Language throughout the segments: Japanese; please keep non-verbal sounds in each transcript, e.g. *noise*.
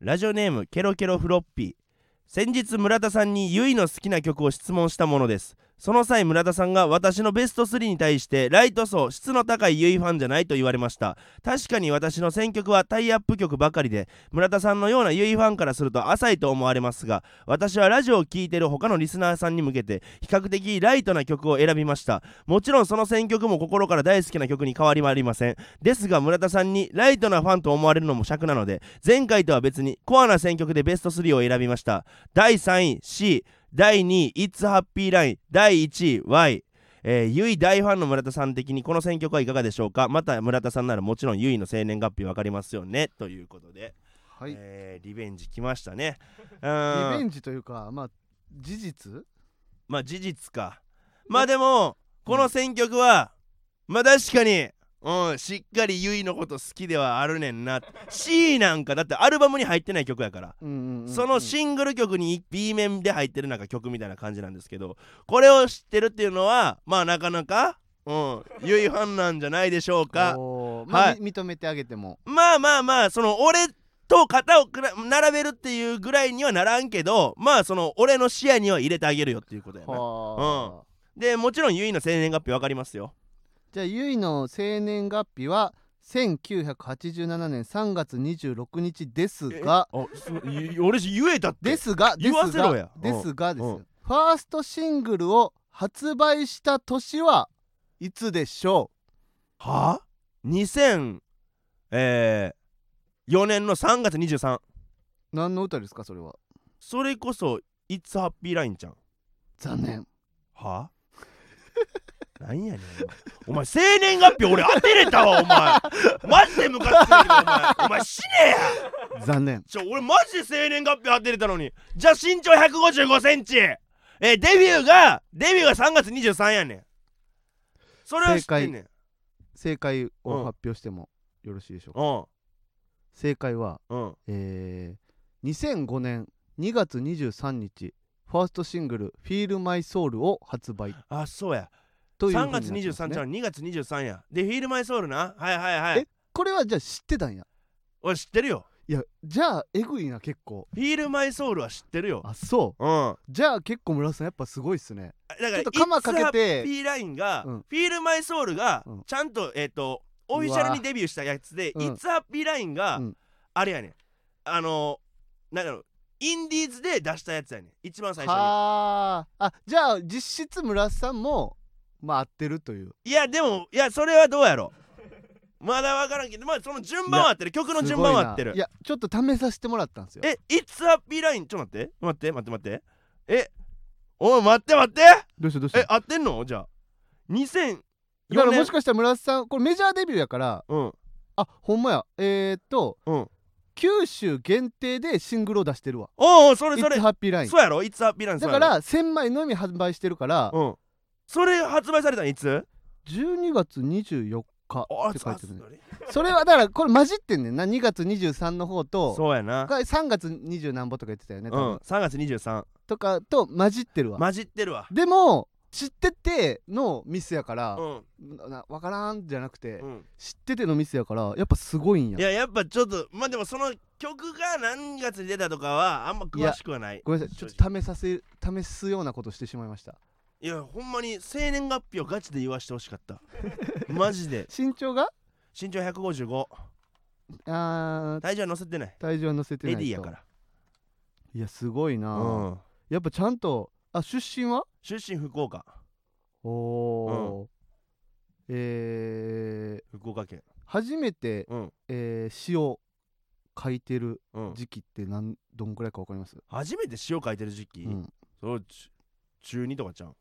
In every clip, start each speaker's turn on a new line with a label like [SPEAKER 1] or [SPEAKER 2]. [SPEAKER 1] ラジオネームケロケロフロッピー先日村田さんにゆいの好きな曲を質問したものですその際村田さんが私のベスト3に対してライト層質の高いゆいファンじゃないと言われました確かに私の選曲はタイアップ曲ばかりで村田さんのようなゆいファンからすると浅いと思われますが私はラジオを聴いてる他のリスナーさんに向けて比較的ライトな曲を選びましたもちろんその選曲も心から大好きな曲に変わりはありませんですが村田さんにライトなファンと思われるのも尺なので前回とは別にコアな選曲でベスト3を選びました第3位 C 第2位 It's Happy Line 第1位 Y えー、ゆい大ファンの村田さん的にこの選曲はいかがでしょうかまた村田さんならもちろんゆいの生年月日わかりますよねということで、
[SPEAKER 2] はい、
[SPEAKER 1] えーリベンジ来ました
[SPEAKER 2] *laughs*
[SPEAKER 1] ねうーん
[SPEAKER 2] リベンジというかまあ事実
[SPEAKER 1] まあ事実かまあでもこの選曲はまあ確かにうんしっかりゆいのこと好きではあるねんな C なんかだってアルバムに入ってない曲やから
[SPEAKER 2] うんうんうんうん
[SPEAKER 1] そのシングル曲に B 面で入ってるなんか曲みたいな感じなんですけどこれを知ってるっていうのはまあなかなかうんゆいファンなんじゃないでしょうか
[SPEAKER 2] おーまあ
[SPEAKER 1] はい
[SPEAKER 2] み認めてあげても
[SPEAKER 1] まあまあまあその俺と肩をくら並べるっていうぐらいにはならんけどまあその俺の視野には入れてあげるよっていうことやな
[SPEAKER 2] はあ
[SPEAKER 1] でもちろんゆいの生年月日わかりますよ
[SPEAKER 2] じゃあゆいの生年月日は1987年3月26日ですが
[SPEAKER 1] あ俺言えたって
[SPEAKER 2] ですがで
[SPEAKER 1] 言わ
[SPEAKER 2] す
[SPEAKER 1] せろ
[SPEAKER 2] が
[SPEAKER 1] や
[SPEAKER 2] ですがです
[SPEAKER 1] う
[SPEAKER 2] よ
[SPEAKER 1] ん
[SPEAKER 2] ファーストシングルを発売した年はいつでしょ
[SPEAKER 1] はあ2004年の3月23
[SPEAKER 2] う何の歌ですかそれは
[SPEAKER 1] それこそ「It's Happy Line」じゃん *laughs*
[SPEAKER 2] 残念
[SPEAKER 1] はあなんやねんお前生年月日俺当てれたわお前マジでムカつくんやけどお前お前死ねや
[SPEAKER 2] 残念
[SPEAKER 1] ちょ俺マジで生年月日当てれたのにじゃあ身長1 5 5センチえーデビューがデビューが3月23やねんそれは知ってんねん
[SPEAKER 2] 正解
[SPEAKER 1] う
[SPEAKER 2] を
[SPEAKER 1] ん
[SPEAKER 2] 発表してもよろしいでしょうか
[SPEAKER 1] うん
[SPEAKER 2] 正解は
[SPEAKER 1] うん
[SPEAKER 2] えー2005年2月23日ファーストシングル「Feel My Soul」を発売
[SPEAKER 1] あそうや
[SPEAKER 2] というふう
[SPEAKER 1] 3
[SPEAKER 2] になって
[SPEAKER 1] 月
[SPEAKER 2] ますね
[SPEAKER 1] 23じゃん2月23やで「フィールマイソウルなはいはいはい
[SPEAKER 2] えこれはじゃあ知ってたんや
[SPEAKER 1] 俺知ってるよ
[SPEAKER 2] いやじゃあえぐいな結構
[SPEAKER 1] 「フィールマイソウルは知ってるよ
[SPEAKER 2] あそう
[SPEAKER 1] うん
[SPEAKER 2] じゃあ結構村田さんやっぱすごいっすね
[SPEAKER 1] だ
[SPEAKER 2] ち
[SPEAKER 1] か
[SPEAKER 2] ょ
[SPEAKER 1] ら
[SPEAKER 2] っと鎌か
[SPEAKER 1] 「
[SPEAKER 2] け
[SPEAKER 1] フ
[SPEAKER 2] て
[SPEAKER 1] ィーラインが「
[SPEAKER 2] うん
[SPEAKER 1] フィールマイソウルが
[SPEAKER 2] うん
[SPEAKER 1] ちゃんとえっ、とオフィシャルにデビューしたやつで「
[SPEAKER 2] うん
[SPEAKER 1] It's Happy Line が」
[SPEAKER 2] うん
[SPEAKER 1] あれやねんあのー、なんだろうインディーズで出したやつやねん一番最初に
[SPEAKER 2] はああじゃあ実質村田さんもまあ合ってるという
[SPEAKER 1] いやでもいやそれはどうやろまだ分からんけどまあその順番は合ってる曲の順番は合ってる
[SPEAKER 2] すごいないやちょっと試させてもらったんですよ
[SPEAKER 1] え、It's Happy Line ちょっと待って待って待って待ってえおい待って待って
[SPEAKER 2] どうしたどうし
[SPEAKER 1] え
[SPEAKER 2] た
[SPEAKER 1] 合ってんのじゃあ2004
[SPEAKER 2] だから
[SPEAKER 1] 年
[SPEAKER 2] もしかしたら村田さんこれメジャーデビューやから
[SPEAKER 1] うん
[SPEAKER 2] あほんまやえー、っと
[SPEAKER 1] うん
[SPEAKER 2] 九州限定でシングルを出してるわ
[SPEAKER 1] おうおうそ
[SPEAKER 2] 「
[SPEAKER 1] れ
[SPEAKER 2] It's
[SPEAKER 1] それ
[SPEAKER 2] Happy Line
[SPEAKER 1] そうやろ It's Happy Line」
[SPEAKER 2] だ
[SPEAKER 1] そう
[SPEAKER 2] か
[SPEAKER 1] やろ
[SPEAKER 2] ら1000枚のみ販売してるから
[SPEAKER 1] うんそれ発売されたのいつ
[SPEAKER 2] 12月24日
[SPEAKER 1] あ
[SPEAKER 2] って書いてるね
[SPEAKER 1] さすがに
[SPEAKER 2] それはだからこれ混じってんねんな2月23の方と
[SPEAKER 1] そうやな
[SPEAKER 2] が3月20何歩とか言ってたよね、
[SPEAKER 1] う
[SPEAKER 2] 多分
[SPEAKER 1] ん3月23
[SPEAKER 2] とかと混じってるわ、
[SPEAKER 1] 混じってるわ
[SPEAKER 2] でも知っててのミスやから
[SPEAKER 1] う、ん
[SPEAKER 2] な分からんじゃなくて、
[SPEAKER 1] うん
[SPEAKER 2] 知っててのミスやからやっぱすごいんや
[SPEAKER 1] いややっぱちょっとまあでもその曲が何月に出たとかはあんま詳しくはない
[SPEAKER 2] ごめんなさいちょ
[SPEAKER 1] 正直
[SPEAKER 2] っと試させ試すようなことしてしまいました
[SPEAKER 1] いやほんまに生年月日をガチで言わしてほしかった
[SPEAKER 2] *laughs*
[SPEAKER 1] マジで
[SPEAKER 2] 身長が
[SPEAKER 1] 身長155
[SPEAKER 2] あー
[SPEAKER 1] 体重は乗せてない
[SPEAKER 2] 体重は乗せてな
[SPEAKER 1] レ
[SPEAKER 2] い
[SPEAKER 1] デ
[SPEAKER 2] と
[SPEAKER 1] ィーやから
[SPEAKER 2] いやすごいな、
[SPEAKER 1] うん
[SPEAKER 2] やっぱちゃんとあ出身は
[SPEAKER 1] 出身福岡
[SPEAKER 2] おおー、えー、
[SPEAKER 1] 福岡県
[SPEAKER 2] 初めて、
[SPEAKER 1] うん
[SPEAKER 2] えー詩を書いてる
[SPEAKER 1] うん
[SPEAKER 2] 時期ってなんどんくらいかわかります、
[SPEAKER 1] 初めて詩を書いてる時期
[SPEAKER 2] うん、
[SPEAKER 1] それを中中2とかちゃん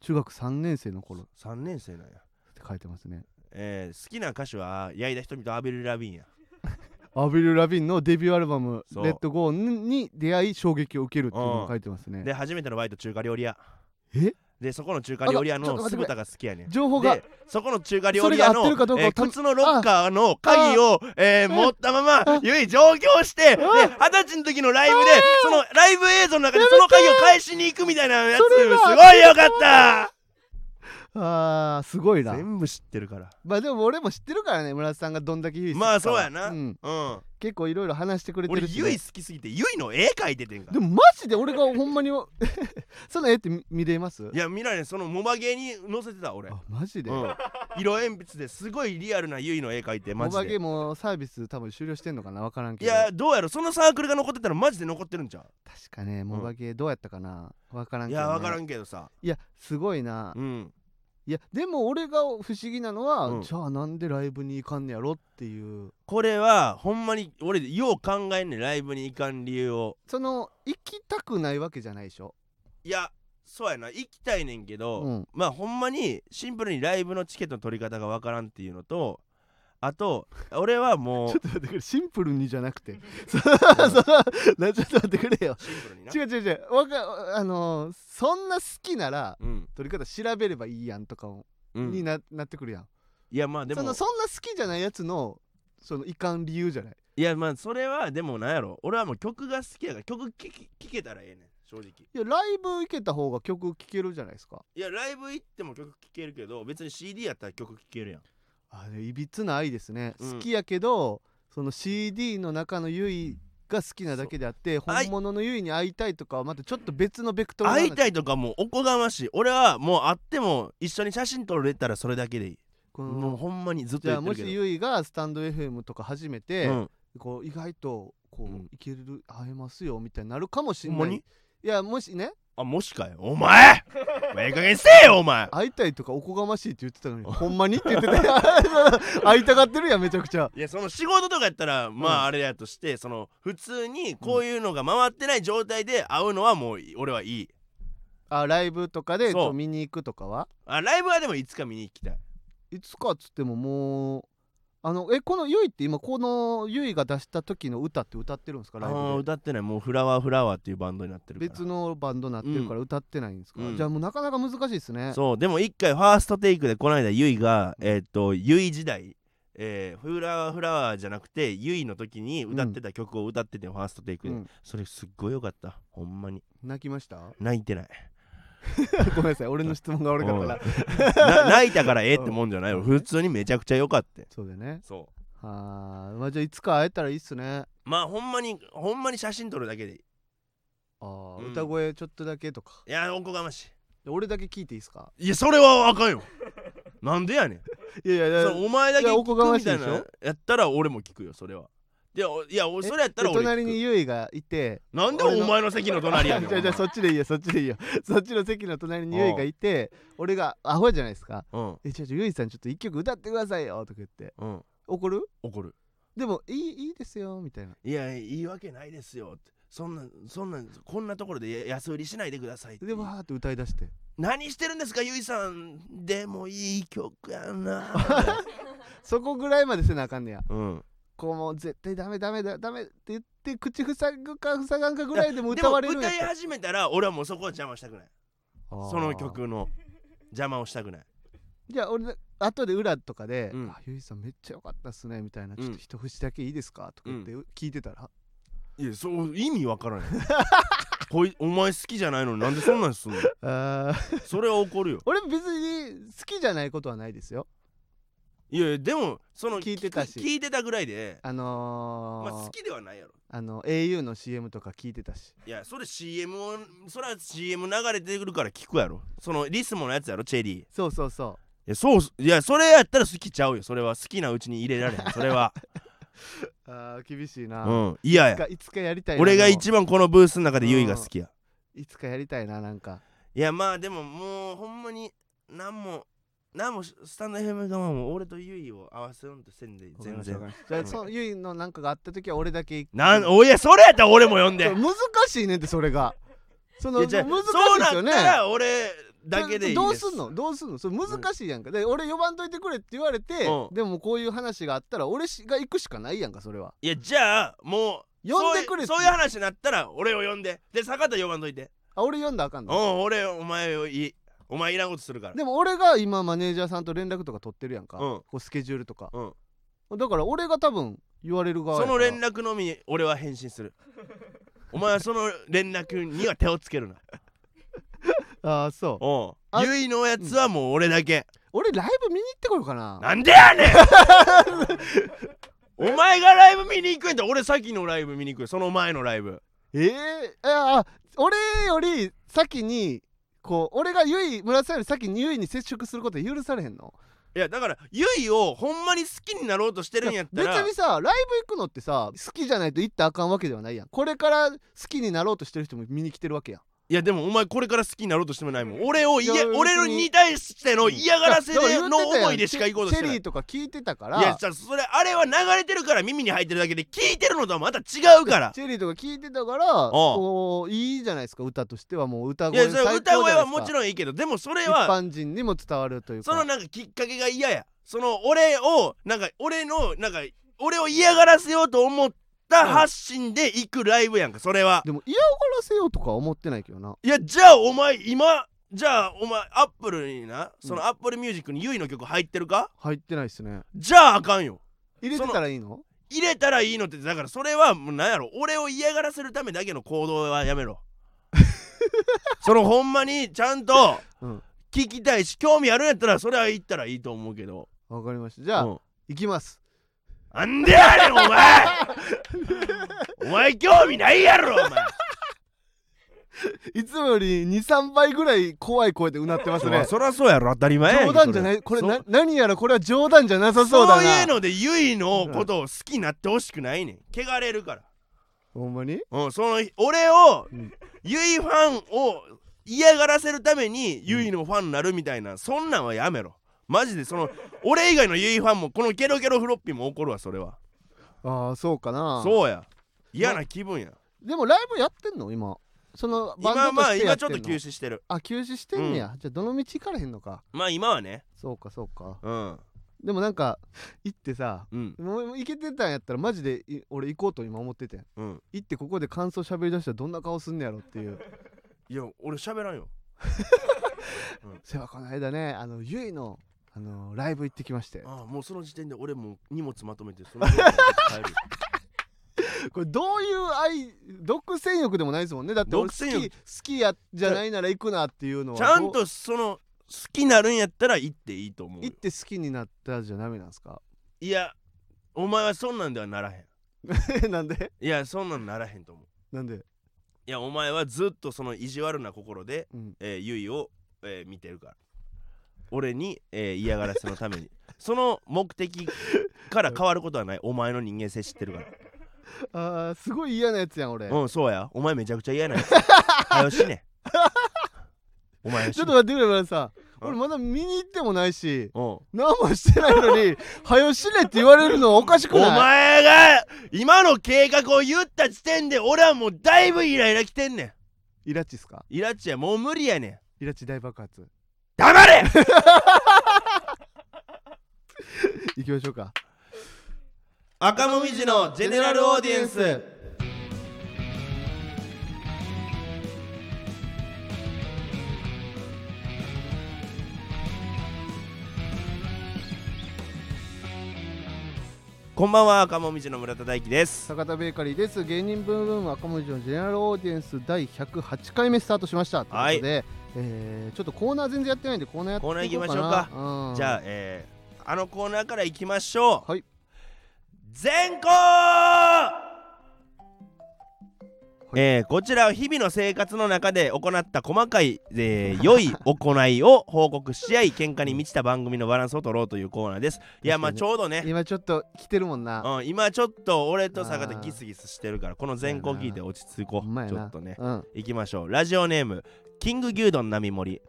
[SPEAKER 2] 中学3年生の頃っ
[SPEAKER 1] 3年生なんや
[SPEAKER 2] て書いてますね
[SPEAKER 1] えー好きな歌手は矢井田瞳とアベル・ラビンや
[SPEAKER 2] アビル・ラビンのデビューアルバム「
[SPEAKER 1] そう
[SPEAKER 2] レッド・ゴー」に出会い衝撃を受けるっていうのを書いてますね
[SPEAKER 1] で初めてのバイト中華料理屋
[SPEAKER 2] え
[SPEAKER 1] でそこの中華料理屋
[SPEAKER 2] あちょっと
[SPEAKER 1] の酢
[SPEAKER 2] 待って
[SPEAKER 1] 豚が好きやねん
[SPEAKER 2] 情報が
[SPEAKER 1] でそこの中華料理屋の
[SPEAKER 2] それが合ってるかどうかを
[SPEAKER 1] えー
[SPEAKER 2] た
[SPEAKER 1] 靴のロッカーの鍵を、えー持ったままゆい上京してで二十歳の時のライブでそのライブ映像の中でその鍵を返しに行くみたいなやつす
[SPEAKER 2] それ
[SPEAKER 1] ご
[SPEAKER 2] が
[SPEAKER 1] いよかった
[SPEAKER 2] あーすごいな
[SPEAKER 1] 全部知ってるから
[SPEAKER 2] まあでも俺も知ってるからね村田さんがどんだけゆい好きか
[SPEAKER 1] まあそうやな
[SPEAKER 2] うん、
[SPEAKER 1] うん
[SPEAKER 2] 結構いろいろ話してくれて
[SPEAKER 1] 俺
[SPEAKER 2] るしね、
[SPEAKER 1] ゆい好きすぎてゆいの絵描いててんか
[SPEAKER 2] で
[SPEAKER 1] ら
[SPEAKER 2] もマジで俺がほんまに *laughs* その絵って見見れます
[SPEAKER 1] いや見られんそのモバゲーに載せてた俺
[SPEAKER 2] あマジで、 *laughs*
[SPEAKER 1] うん、色鉛筆ですごいリアルなゆいの絵描いてマ
[SPEAKER 2] お
[SPEAKER 1] ジ
[SPEAKER 2] 化
[SPEAKER 1] で
[SPEAKER 2] けもサービス多分終了してんのかな分からん
[SPEAKER 1] い
[SPEAKER 2] けど
[SPEAKER 1] やどうやろそのサークルが残ってたらマジで残ってるんちゃ
[SPEAKER 2] 確かねモバゲーどうやったかな分から
[SPEAKER 1] うんい
[SPEAKER 2] けど、ね、
[SPEAKER 1] や分からんけどさ
[SPEAKER 2] いやすごいな、
[SPEAKER 1] うん
[SPEAKER 2] いやでも俺が不思議なのは、
[SPEAKER 1] うん
[SPEAKER 2] じゃあなんでライブに行かんねやろっていう
[SPEAKER 1] これはほんまに俺よう考えんねんライブに行かん理由を
[SPEAKER 2] その行きたくないわけじゃないでしょ
[SPEAKER 1] いやそうやな行きたいねんけど、
[SPEAKER 2] うん
[SPEAKER 1] まあほんまにシンプルにライブのチケットの取り方が分からんっていうのとあ
[SPEAKER 2] *laughs*
[SPEAKER 1] と俺はもう
[SPEAKER 2] ちょっと待ってくれシンプルにじゃなくてそ
[SPEAKER 1] うん
[SPEAKER 2] そなちょっと待ってくれよ
[SPEAKER 1] シンプルにな
[SPEAKER 2] 違う違う違うわかあのーそんな好きなら
[SPEAKER 1] うん
[SPEAKER 2] 撮り方調べればいいやんとかも
[SPEAKER 1] うん
[SPEAKER 2] に
[SPEAKER 1] い
[SPEAKER 2] ななってくるやん
[SPEAKER 1] やまあで
[SPEAKER 2] そ
[SPEAKER 1] も
[SPEAKER 2] のそんな好きじゃないやつのそのいかん理由じゃない
[SPEAKER 1] いやまあそれはでもなんやろ俺はもう曲が好きやから曲聴き聴けたらええねん正直
[SPEAKER 2] いやライブ行けた方が曲聴けるじゃないですか
[SPEAKER 1] いやライブ行っても曲聴けるけど別に CD やったら曲聴けるやん
[SPEAKER 2] あれいびつな愛ですね、
[SPEAKER 1] うん
[SPEAKER 2] 好きやけどその CD の中のユイが好きなだけであって
[SPEAKER 1] う愛
[SPEAKER 2] 本物のユイに会いたいとかはまたちょっと別のベクトルの話
[SPEAKER 1] 会いたいとかもうおこがましい俺はもう会っても一緒に写真撮れたらそれだけでいい、
[SPEAKER 2] この
[SPEAKER 1] もうほんまにずっと
[SPEAKER 2] じ
[SPEAKER 1] 言
[SPEAKER 2] ゃあ
[SPEAKER 1] って
[SPEAKER 2] も
[SPEAKER 1] る
[SPEAKER 2] し
[SPEAKER 1] けど
[SPEAKER 2] ユイがスタンド FM とか始めて、
[SPEAKER 1] うん
[SPEAKER 2] こう意外とこう、
[SPEAKER 1] うん
[SPEAKER 2] いける会えますよみたいになるかもしん
[SPEAKER 1] ほ
[SPEAKER 2] なん
[SPEAKER 1] ま
[SPEAKER 2] い
[SPEAKER 1] に
[SPEAKER 2] いやもしね
[SPEAKER 1] あもしかよお前ええ加減せえよお前
[SPEAKER 2] 会いたいとかおこがましいって言ってたのにほんまにって言って *laughs* た会いたがってるやんめちゃくちゃ
[SPEAKER 1] いやその仕事とかやったらま
[SPEAKER 2] うん
[SPEAKER 1] ああれやとして、その普通にこういうのが回ってない状態で会うのはもう俺はいい
[SPEAKER 2] あライブとかでち
[SPEAKER 1] そう
[SPEAKER 2] ょ見に行くとかは
[SPEAKER 1] あライブはでもいつか見に行きたい
[SPEAKER 2] いつかっつってももうあのえこのゆいって今このゆいが出した時の歌って歌ってるんですか
[SPEAKER 1] あ
[SPEAKER 2] ライブ
[SPEAKER 1] ー
[SPEAKER 2] で
[SPEAKER 1] 歌ってないもうフラワーフラワーっていうバンドになってるから
[SPEAKER 2] 別のバンドになってるから歌ってないんですか、
[SPEAKER 1] うん
[SPEAKER 2] じゃあもうなかなか難しいですね
[SPEAKER 1] そうでも一回ファーストテイクでこの間ゆいがえーっとゆい時代えーフラワーフラワーじゃなくてゆいの時に歌ってた曲を歌ってて、ファーストテイク
[SPEAKER 2] う
[SPEAKER 1] で、
[SPEAKER 2] ん
[SPEAKER 1] それすっごい良かったほんまに
[SPEAKER 2] 泣きました *laughs*
[SPEAKER 1] 泣いてない
[SPEAKER 2] ごめんなさい俺の質問が悪かったから *laughs*
[SPEAKER 1] な泣いたからええってもんじゃないよ普通にめちゃくちゃ良かった
[SPEAKER 2] そうだよね
[SPEAKER 1] そ
[SPEAKER 2] あーまあじゃあいつか会えたらいいっすね
[SPEAKER 1] うまあほんまにほんまに写真撮るだけでいい
[SPEAKER 2] あー、
[SPEAKER 1] うん
[SPEAKER 2] 歌声ちょっとだけとか
[SPEAKER 1] いやおこがまし
[SPEAKER 2] で俺だけ聞いていいですか
[SPEAKER 1] いいやそれはあかんよ *laughs* なんでやねん
[SPEAKER 2] いやいやいや
[SPEAKER 1] そうお前だけ
[SPEAKER 2] いやおこが
[SPEAKER 1] 聞く
[SPEAKER 2] まし
[SPEAKER 1] み
[SPEAKER 2] い
[SPEAKER 1] た
[SPEAKER 2] でし
[SPEAKER 1] い
[SPEAKER 2] ょ
[SPEAKER 1] なやったら俺も聞くよそれはいやおいやおそれやったら
[SPEAKER 2] え
[SPEAKER 1] 俺聞く
[SPEAKER 2] 隣にゆいがいて
[SPEAKER 1] なんでお前の席の隣やねん
[SPEAKER 2] じゃあじゃあそっちでいいよそっちでいいよそっちの席の隣にゆいがいて俺がアホじゃないですか
[SPEAKER 1] うん
[SPEAKER 2] えちょちょゆいさんちょっと一曲歌ってくださいよとか言って
[SPEAKER 1] うん
[SPEAKER 2] 怒る
[SPEAKER 1] 怒る
[SPEAKER 2] でもいいいいですよみたいない
[SPEAKER 1] や言い訳ないですよってそんなそんなこんなところでや安売りしないでくださいって
[SPEAKER 2] でわーって歌い出して
[SPEAKER 1] 何してるんですかゆいさんでもいい曲や
[SPEAKER 2] *laughs*
[SPEAKER 1] な
[SPEAKER 2] そこぐらいまでせなあかんねや
[SPEAKER 1] うん
[SPEAKER 2] こうもう絶対ダメダメだダメって言って口塞ぐか塞がんかぐらいでも歌われるん
[SPEAKER 1] で
[SPEAKER 2] や
[SPEAKER 1] も歌い始めたら俺はもうそこは邪魔したくないそ
[SPEAKER 2] そ
[SPEAKER 1] の曲の邪魔をしたくない
[SPEAKER 2] じゃあ俺後で裏とかで「
[SPEAKER 1] うん
[SPEAKER 2] あゆいさんめっちゃ良かったっすね」みたいな「
[SPEAKER 1] うん
[SPEAKER 2] ちょっと一節だけいいですか?」とか言って聞いてたら
[SPEAKER 1] いやそう意味わからない *laughs* こいお前好きじゃないのになんでそんなんすん
[SPEAKER 2] *laughs*
[SPEAKER 1] の
[SPEAKER 2] あー
[SPEAKER 1] それは怒るよ
[SPEAKER 2] 俺別に好きじゃないことはないですよ
[SPEAKER 1] いやいやでもその
[SPEAKER 2] 聞いてたし
[SPEAKER 1] 聞聞いてたぐらいでま
[SPEAKER 2] あ
[SPEAKER 1] あ好
[SPEAKER 2] のー
[SPEAKER 1] きではないやろ
[SPEAKER 2] あの au の CM とか聞いてたし
[SPEAKER 1] いやそれ CM をそれは CM 流れてくるから聞くやろそのリスモのやつやろチェリーい
[SPEAKER 2] そうそうそ
[SPEAKER 1] やそうすいやそれやったら好きちゃうよそれは好きなうちに入れ
[SPEAKER 2] *laughs*
[SPEAKER 1] られへんそれは
[SPEAKER 2] うあー厳しいうな、い
[SPEAKER 1] ん嫌
[SPEAKER 2] つ
[SPEAKER 1] や
[SPEAKER 2] かいつかやりたいな
[SPEAKER 1] 俺が
[SPEAKER 2] でも
[SPEAKER 1] 一番このブースの中でユイが好きや
[SPEAKER 2] いつかやりたいななんか
[SPEAKER 1] いやまあでももうほんまに何も何もスタンド FM 側も俺とユイを合わせようとせんで全
[SPEAKER 2] わか
[SPEAKER 1] 然
[SPEAKER 2] りましたじゃあそのゆいのなんかがあった時は俺だけ行く
[SPEAKER 1] なんおいやそれやったら俺も呼んで
[SPEAKER 2] そう難しいねんってそれがそ
[SPEAKER 1] い
[SPEAKER 2] の
[SPEAKER 1] や
[SPEAKER 2] 難しい
[SPEAKER 1] じゃあ
[SPEAKER 2] ですよね
[SPEAKER 1] そうなったら俺だけでいいです
[SPEAKER 2] どうすんのどうすんのそれ難しいやんか、で俺呼ばんといてくれって言われて、
[SPEAKER 1] うん
[SPEAKER 2] でもこういう話があったら俺しが行くしかないやんかそれはい
[SPEAKER 1] やじゃあもう
[SPEAKER 2] 呼んでくれって
[SPEAKER 1] そういうそういう話になったら俺を呼んでで坂田呼ばんといて
[SPEAKER 2] あ俺呼んだらあかん
[SPEAKER 1] う
[SPEAKER 2] の
[SPEAKER 1] ん俺お前をいいお前いらんことするから
[SPEAKER 2] でも俺が今マネージャーさんと連絡とか取ってるやんか、
[SPEAKER 1] うん
[SPEAKER 2] こうスケジュールとか
[SPEAKER 1] うん
[SPEAKER 2] だから俺が多分言われる側
[SPEAKER 1] その連
[SPEAKER 2] 絡
[SPEAKER 1] 絡のみ俺は返信するお前はその連絡には手をつけるな
[SPEAKER 2] ああそう
[SPEAKER 1] うん
[SPEAKER 2] あ
[SPEAKER 1] ゆいのやつはもう俺だけ
[SPEAKER 2] 俺ライブ見に行ってこようかな
[SPEAKER 1] なんでや
[SPEAKER 2] *laughs*
[SPEAKER 1] ねんお前がライブ見に行くんやったら俺先のライブ見に行くよその前のライブ
[SPEAKER 2] ええああ俺より先にこう俺がゆい村瀬より先にゆいに接触することは許されへんの
[SPEAKER 1] いやだからゆいをほんまに好きになろうとしてるんやった
[SPEAKER 2] 別
[SPEAKER 1] ら
[SPEAKER 2] にさライブ行くのってさ好きじゃないと行ったらあかんわけではないやんこれから好きになろうとしてる人も見に来てるわけやん
[SPEAKER 1] いやでもお前これから好きになろうとしてもないもん俺をい
[SPEAKER 2] いや
[SPEAKER 1] や
[SPEAKER 2] 別に
[SPEAKER 1] 俺に対しての嫌がらせで
[SPEAKER 2] だから言うて
[SPEAKER 1] の
[SPEAKER 2] たやん
[SPEAKER 1] 思いでしか行こうとして
[SPEAKER 2] チェ
[SPEAKER 1] な
[SPEAKER 2] リ
[SPEAKER 1] い
[SPEAKER 2] ーとか聞いてたから
[SPEAKER 1] いやじゃあそれあれは流れてるから耳に入ってるだけで聞いてるのとはまた違うから
[SPEAKER 2] チェリーとか聞いてたからこういいじゃないですか歌としてはもう歌
[SPEAKER 1] い
[SPEAKER 2] 声
[SPEAKER 1] や
[SPEAKER 2] 最
[SPEAKER 1] そ
[SPEAKER 2] 高じゃな
[SPEAKER 1] れ
[SPEAKER 2] いですか
[SPEAKER 1] 歌声はもちろんいいけどでもそれ
[SPEAKER 2] 一
[SPEAKER 1] は
[SPEAKER 2] 般人にも伝わるというか
[SPEAKER 1] そのなんかきっかけが嫌やその俺をなんか俺のなんか俺を嫌がらせようと思った発信で行くライブやんかそれは
[SPEAKER 2] でも嫌がらせようとかは思ってないけどない
[SPEAKER 1] やじゃあお前今じゃあお前アップルになそのアップルミュージックにユイの曲入ってるか
[SPEAKER 2] 入ってないっすね
[SPEAKER 1] じゃああかんよ
[SPEAKER 2] 入れてたらいいの
[SPEAKER 1] 入れたらいいのってだからそれはもうなんやろ俺を嫌がらせるためだけの行動はやめ
[SPEAKER 2] *laughs*
[SPEAKER 1] ろそのほんまにちゃんと
[SPEAKER 2] うん
[SPEAKER 1] 聞きたいし興味あるんやったらそれは言ったらいいと思うけど
[SPEAKER 2] わかりましたじゃあ、
[SPEAKER 1] うん
[SPEAKER 2] 行きます
[SPEAKER 1] なんでやねんお前
[SPEAKER 2] *laughs*
[SPEAKER 1] お前興味ないやろお前
[SPEAKER 2] いつもより23倍ぐらい怖い声でうなってますね
[SPEAKER 1] *laughs* そりゃそうやろ当たり前や
[SPEAKER 2] 冗談じゃないこれな何やらこれは冗談じゃなさ
[SPEAKER 1] そ
[SPEAKER 2] そううだな
[SPEAKER 1] いうのでゆいのことを好きになってほしくないねん汚れるから
[SPEAKER 2] ほんまに
[SPEAKER 1] うん、その俺を、
[SPEAKER 2] うん
[SPEAKER 1] ゆいファンを嫌がらせるためにゆいのファンになるみたいなそんなんはやめろマジでその俺以外のゆいファンもこのケロケロフロッピーも怒るわそれは
[SPEAKER 2] ああそうかな
[SPEAKER 1] そうや嫌な気分や
[SPEAKER 2] でもライブやってんの今その
[SPEAKER 1] 今
[SPEAKER 2] バンド
[SPEAKER 1] ま
[SPEAKER 2] と
[SPEAKER 1] あ
[SPEAKER 2] して
[SPEAKER 1] 今
[SPEAKER 2] やっ
[SPEAKER 1] ち
[SPEAKER 2] て
[SPEAKER 1] ょ
[SPEAKER 2] ん
[SPEAKER 1] っ
[SPEAKER 2] の
[SPEAKER 1] と休止してる
[SPEAKER 2] あ休止してんねや、じゃあどの道行かれへんのか
[SPEAKER 1] まあ今はね
[SPEAKER 2] そうかそうか
[SPEAKER 1] うん
[SPEAKER 2] でもなんか行ってさ
[SPEAKER 1] うん
[SPEAKER 2] もう行けてたんやったらマジでい俺行こうと今思っててん
[SPEAKER 1] うん
[SPEAKER 2] 行ってここで感想喋りだしたらどんな顔すんねやろっ
[SPEAKER 1] *laughs*
[SPEAKER 2] ていう
[SPEAKER 1] いや俺喋らんよ
[SPEAKER 2] せはこの間ねあのゆいのあのライブ行ってきまして
[SPEAKER 1] ああもうその時点で俺もう荷物まとめてそ *laughs* の帰る
[SPEAKER 2] これどういう愛独占欲でもないですもんねだって俺
[SPEAKER 1] 独
[SPEAKER 2] 好
[SPEAKER 1] 占欲
[SPEAKER 2] き好きやじゃないなら行くなっていうのは
[SPEAKER 1] ちゃん
[SPEAKER 2] どう
[SPEAKER 1] とその好きなるんやったら行っていいと思うよ
[SPEAKER 2] 行って好きになったじゃダメなんで
[SPEAKER 1] *laughs*
[SPEAKER 2] すか
[SPEAKER 1] いやお前はそんなんではならへん
[SPEAKER 2] なんで
[SPEAKER 1] いやそんなんならへんと思う
[SPEAKER 2] なんで
[SPEAKER 1] いやお前はずっとその意地悪な心で、
[SPEAKER 2] うん
[SPEAKER 1] えーゆいを、えー見てるから俺に、えー嫌がらせのために *laughs* その目的から変わることはないお前の人間性知ってるか
[SPEAKER 2] あーすごい嫌なやつやん俺、
[SPEAKER 1] らうんそうやお前めちゃくちゃ嫌
[SPEAKER 2] *laughs*
[SPEAKER 1] なやつはよしねお前は
[SPEAKER 2] ちょ
[SPEAKER 1] し
[SPEAKER 2] っと
[SPEAKER 1] ね
[SPEAKER 2] 待ってくれ村田さん
[SPEAKER 1] うん
[SPEAKER 2] 俺まだ見に行ってもないし
[SPEAKER 1] うん
[SPEAKER 2] 何もしてないのに「はよ死ね」って言われるのおかしく
[SPEAKER 1] お
[SPEAKER 2] ない
[SPEAKER 1] 前が今の計画を言った時点で俺はもうだいぶイライラきてんねん
[SPEAKER 2] イラチっすか
[SPEAKER 1] イラッチやもう無理やねん
[SPEAKER 2] イラチ大爆発
[SPEAKER 1] 黙れ
[SPEAKER 2] 行きましょうか
[SPEAKER 1] 赤もみじのジェネラルオーディエンスこんばんは赤もみじの村田大樹です
[SPEAKER 2] 坂田ベーカリーです芸人ブームブーム赤文字のジェネラルオーディエンス第108回目スタートしましたと
[SPEAKER 1] は
[SPEAKER 2] いう
[SPEAKER 1] い
[SPEAKER 2] ことで、えーちょっとコーナー全然やってないんでコーナーやっていこうか
[SPEAKER 1] コ
[SPEAKER 2] な
[SPEAKER 1] ーナー行きましょうかじゃあ、えーあのコーナーからいきましょう
[SPEAKER 2] はい
[SPEAKER 1] 全校、えーこちらは日々の生活の中で行った細かい、えー良い行いを報告し合い喧嘩に満ちた番組のバランスを取ろうというコーナー
[SPEAKER 2] *laughs*
[SPEAKER 1] ですいやまあ
[SPEAKER 2] 確
[SPEAKER 1] ち
[SPEAKER 2] か
[SPEAKER 1] ょうど
[SPEAKER 2] うん
[SPEAKER 1] ね、
[SPEAKER 2] 今ちょっと来てるもんな
[SPEAKER 1] うん、今ちょっと俺と坂田
[SPEAKER 2] あー
[SPEAKER 1] ギスギスしてるからこの全校聞いて落ち着こ
[SPEAKER 2] ほんま
[SPEAKER 1] う
[SPEAKER 2] や
[SPEAKER 1] ちょ
[SPEAKER 2] な
[SPEAKER 1] っとね
[SPEAKER 2] うん
[SPEAKER 1] いきましょうラジオネームキング牛丼並盛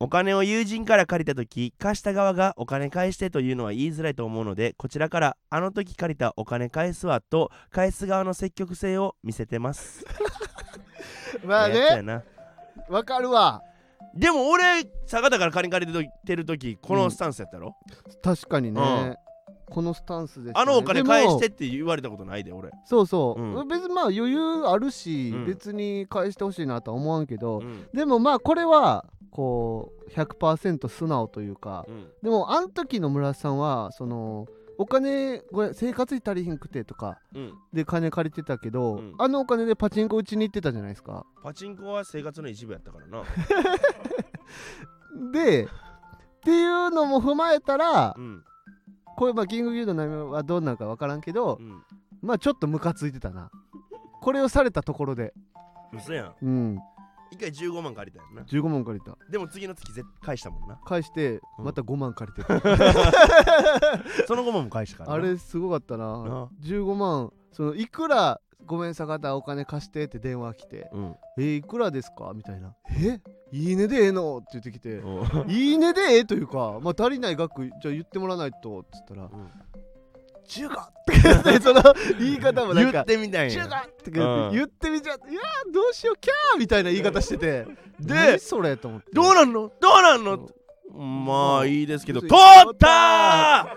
[SPEAKER 1] お金を友人から借りた時貸した側がお金返してというのは言いづらいと思うのでこちらからあの時借りたお金返すわと返す側の積極性を見せてます
[SPEAKER 2] まあ
[SPEAKER 1] ええやつや
[SPEAKER 2] ね
[SPEAKER 1] な
[SPEAKER 2] わかるわ
[SPEAKER 1] でも俺坂田から金借りてる時こ
[SPEAKER 2] う
[SPEAKER 1] の
[SPEAKER 2] ん
[SPEAKER 1] スタンスやったろ、
[SPEAKER 2] 確かにね、
[SPEAKER 1] うん
[SPEAKER 2] このスタンスです、ね、
[SPEAKER 1] あのお金返して
[SPEAKER 2] でも
[SPEAKER 1] って言われたことないで俺、
[SPEAKER 2] そうそう、
[SPEAKER 1] う
[SPEAKER 2] 別にまあ余裕あるし、
[SPEAKER 1] うん
[SPEAKER 2] 別に返してほしいなとは思わんけど、
[SPEAKER 1] うん
[SPEAKER 2] でもまあこれはこう100%素直というか、
[SPEAKER 1] うん
[SPEAKER 2] でもあの時の村さんはそのお金ごめん生活費足りひんくてとか
[SPEAKER 1] うん、
[SPEAKER 2] で金借りてたけど、
[SPEAKER 1] うん
[SPEAKER 2] あのお金でパチンコ打ちに行ってたじゃないですか
[SPEAKER 1] パチンコは生活の一部やったからな、
[SPEAKER 2] でっていうのも踏まえたら
[SPEAKER 1] うん
[SPEAKER 2] これまあキングギルドの波はどんなんか分からんけど
[SPEAKER 1] うん、
[SPEAKER 2] まあちょっとムカついてたなこれをされたところで
[SPEAKER 1] 嘘やん
[SPEAKER 2] うん
[SPEAKER 1] 一回15万借りたやんな
[SPEAKER 2] 15万借りた
[SPEAKER 1] でも次の月絶返したもんな
[SPEAKER 2] 返して
[SPEAKER 1] うん
[SPEAKER 2] また5万借りてた、
[SPEAKER 1] その後も返したからな
[SPEAKER 2] あれすごかったな
[SPEAKER 1] な
[SPEAKER 2] 15万そのいくらごめん坂田お金貸してって電話来て
[SPEAKER 1] うん
[SPEAKER 2] 「えー、いくらですか?」みたいな「えいいねでええの?」って言ってきて
[SPEAKER 1] おう
[SPEAKER 2] 「いいねでええ」というかまあ足りない額じゃあ言ってもらわないとっつったら
[SPEAKER 1] うん
[SPEAKER 2] 「中華!」って
[SPEAKER 1] *laughs*
[SPEAKER 2] 言ってその言い方もなん
[SPEAKER 1] 言
[SPEAKER 2] か
[SPEAKER 1] っ。てみたい
[SPEAKER 2] 中
[SPEAKER 1] な
[SPEAKER 2] 華って
[SPEAKER 1] うん
[SPEAKER 2] 言ってみちゃって「いやーどうしようキャー!」みたいな言い方してて
[SPEAKER 1] で
[SPEAKER 2] 何それと思って
[SPEAKER 1] どうなんのどうなん
[SPEAKER 2] そ
[SPEAKER 1] の
[SPEAKER 2] う
[SPEAKER 1] まあいいですけど
[SPEAKER 2] 嘘
[SPEAKER 1] 通っ
[SPEAKER 2] 言った
[SPEAKER 1] た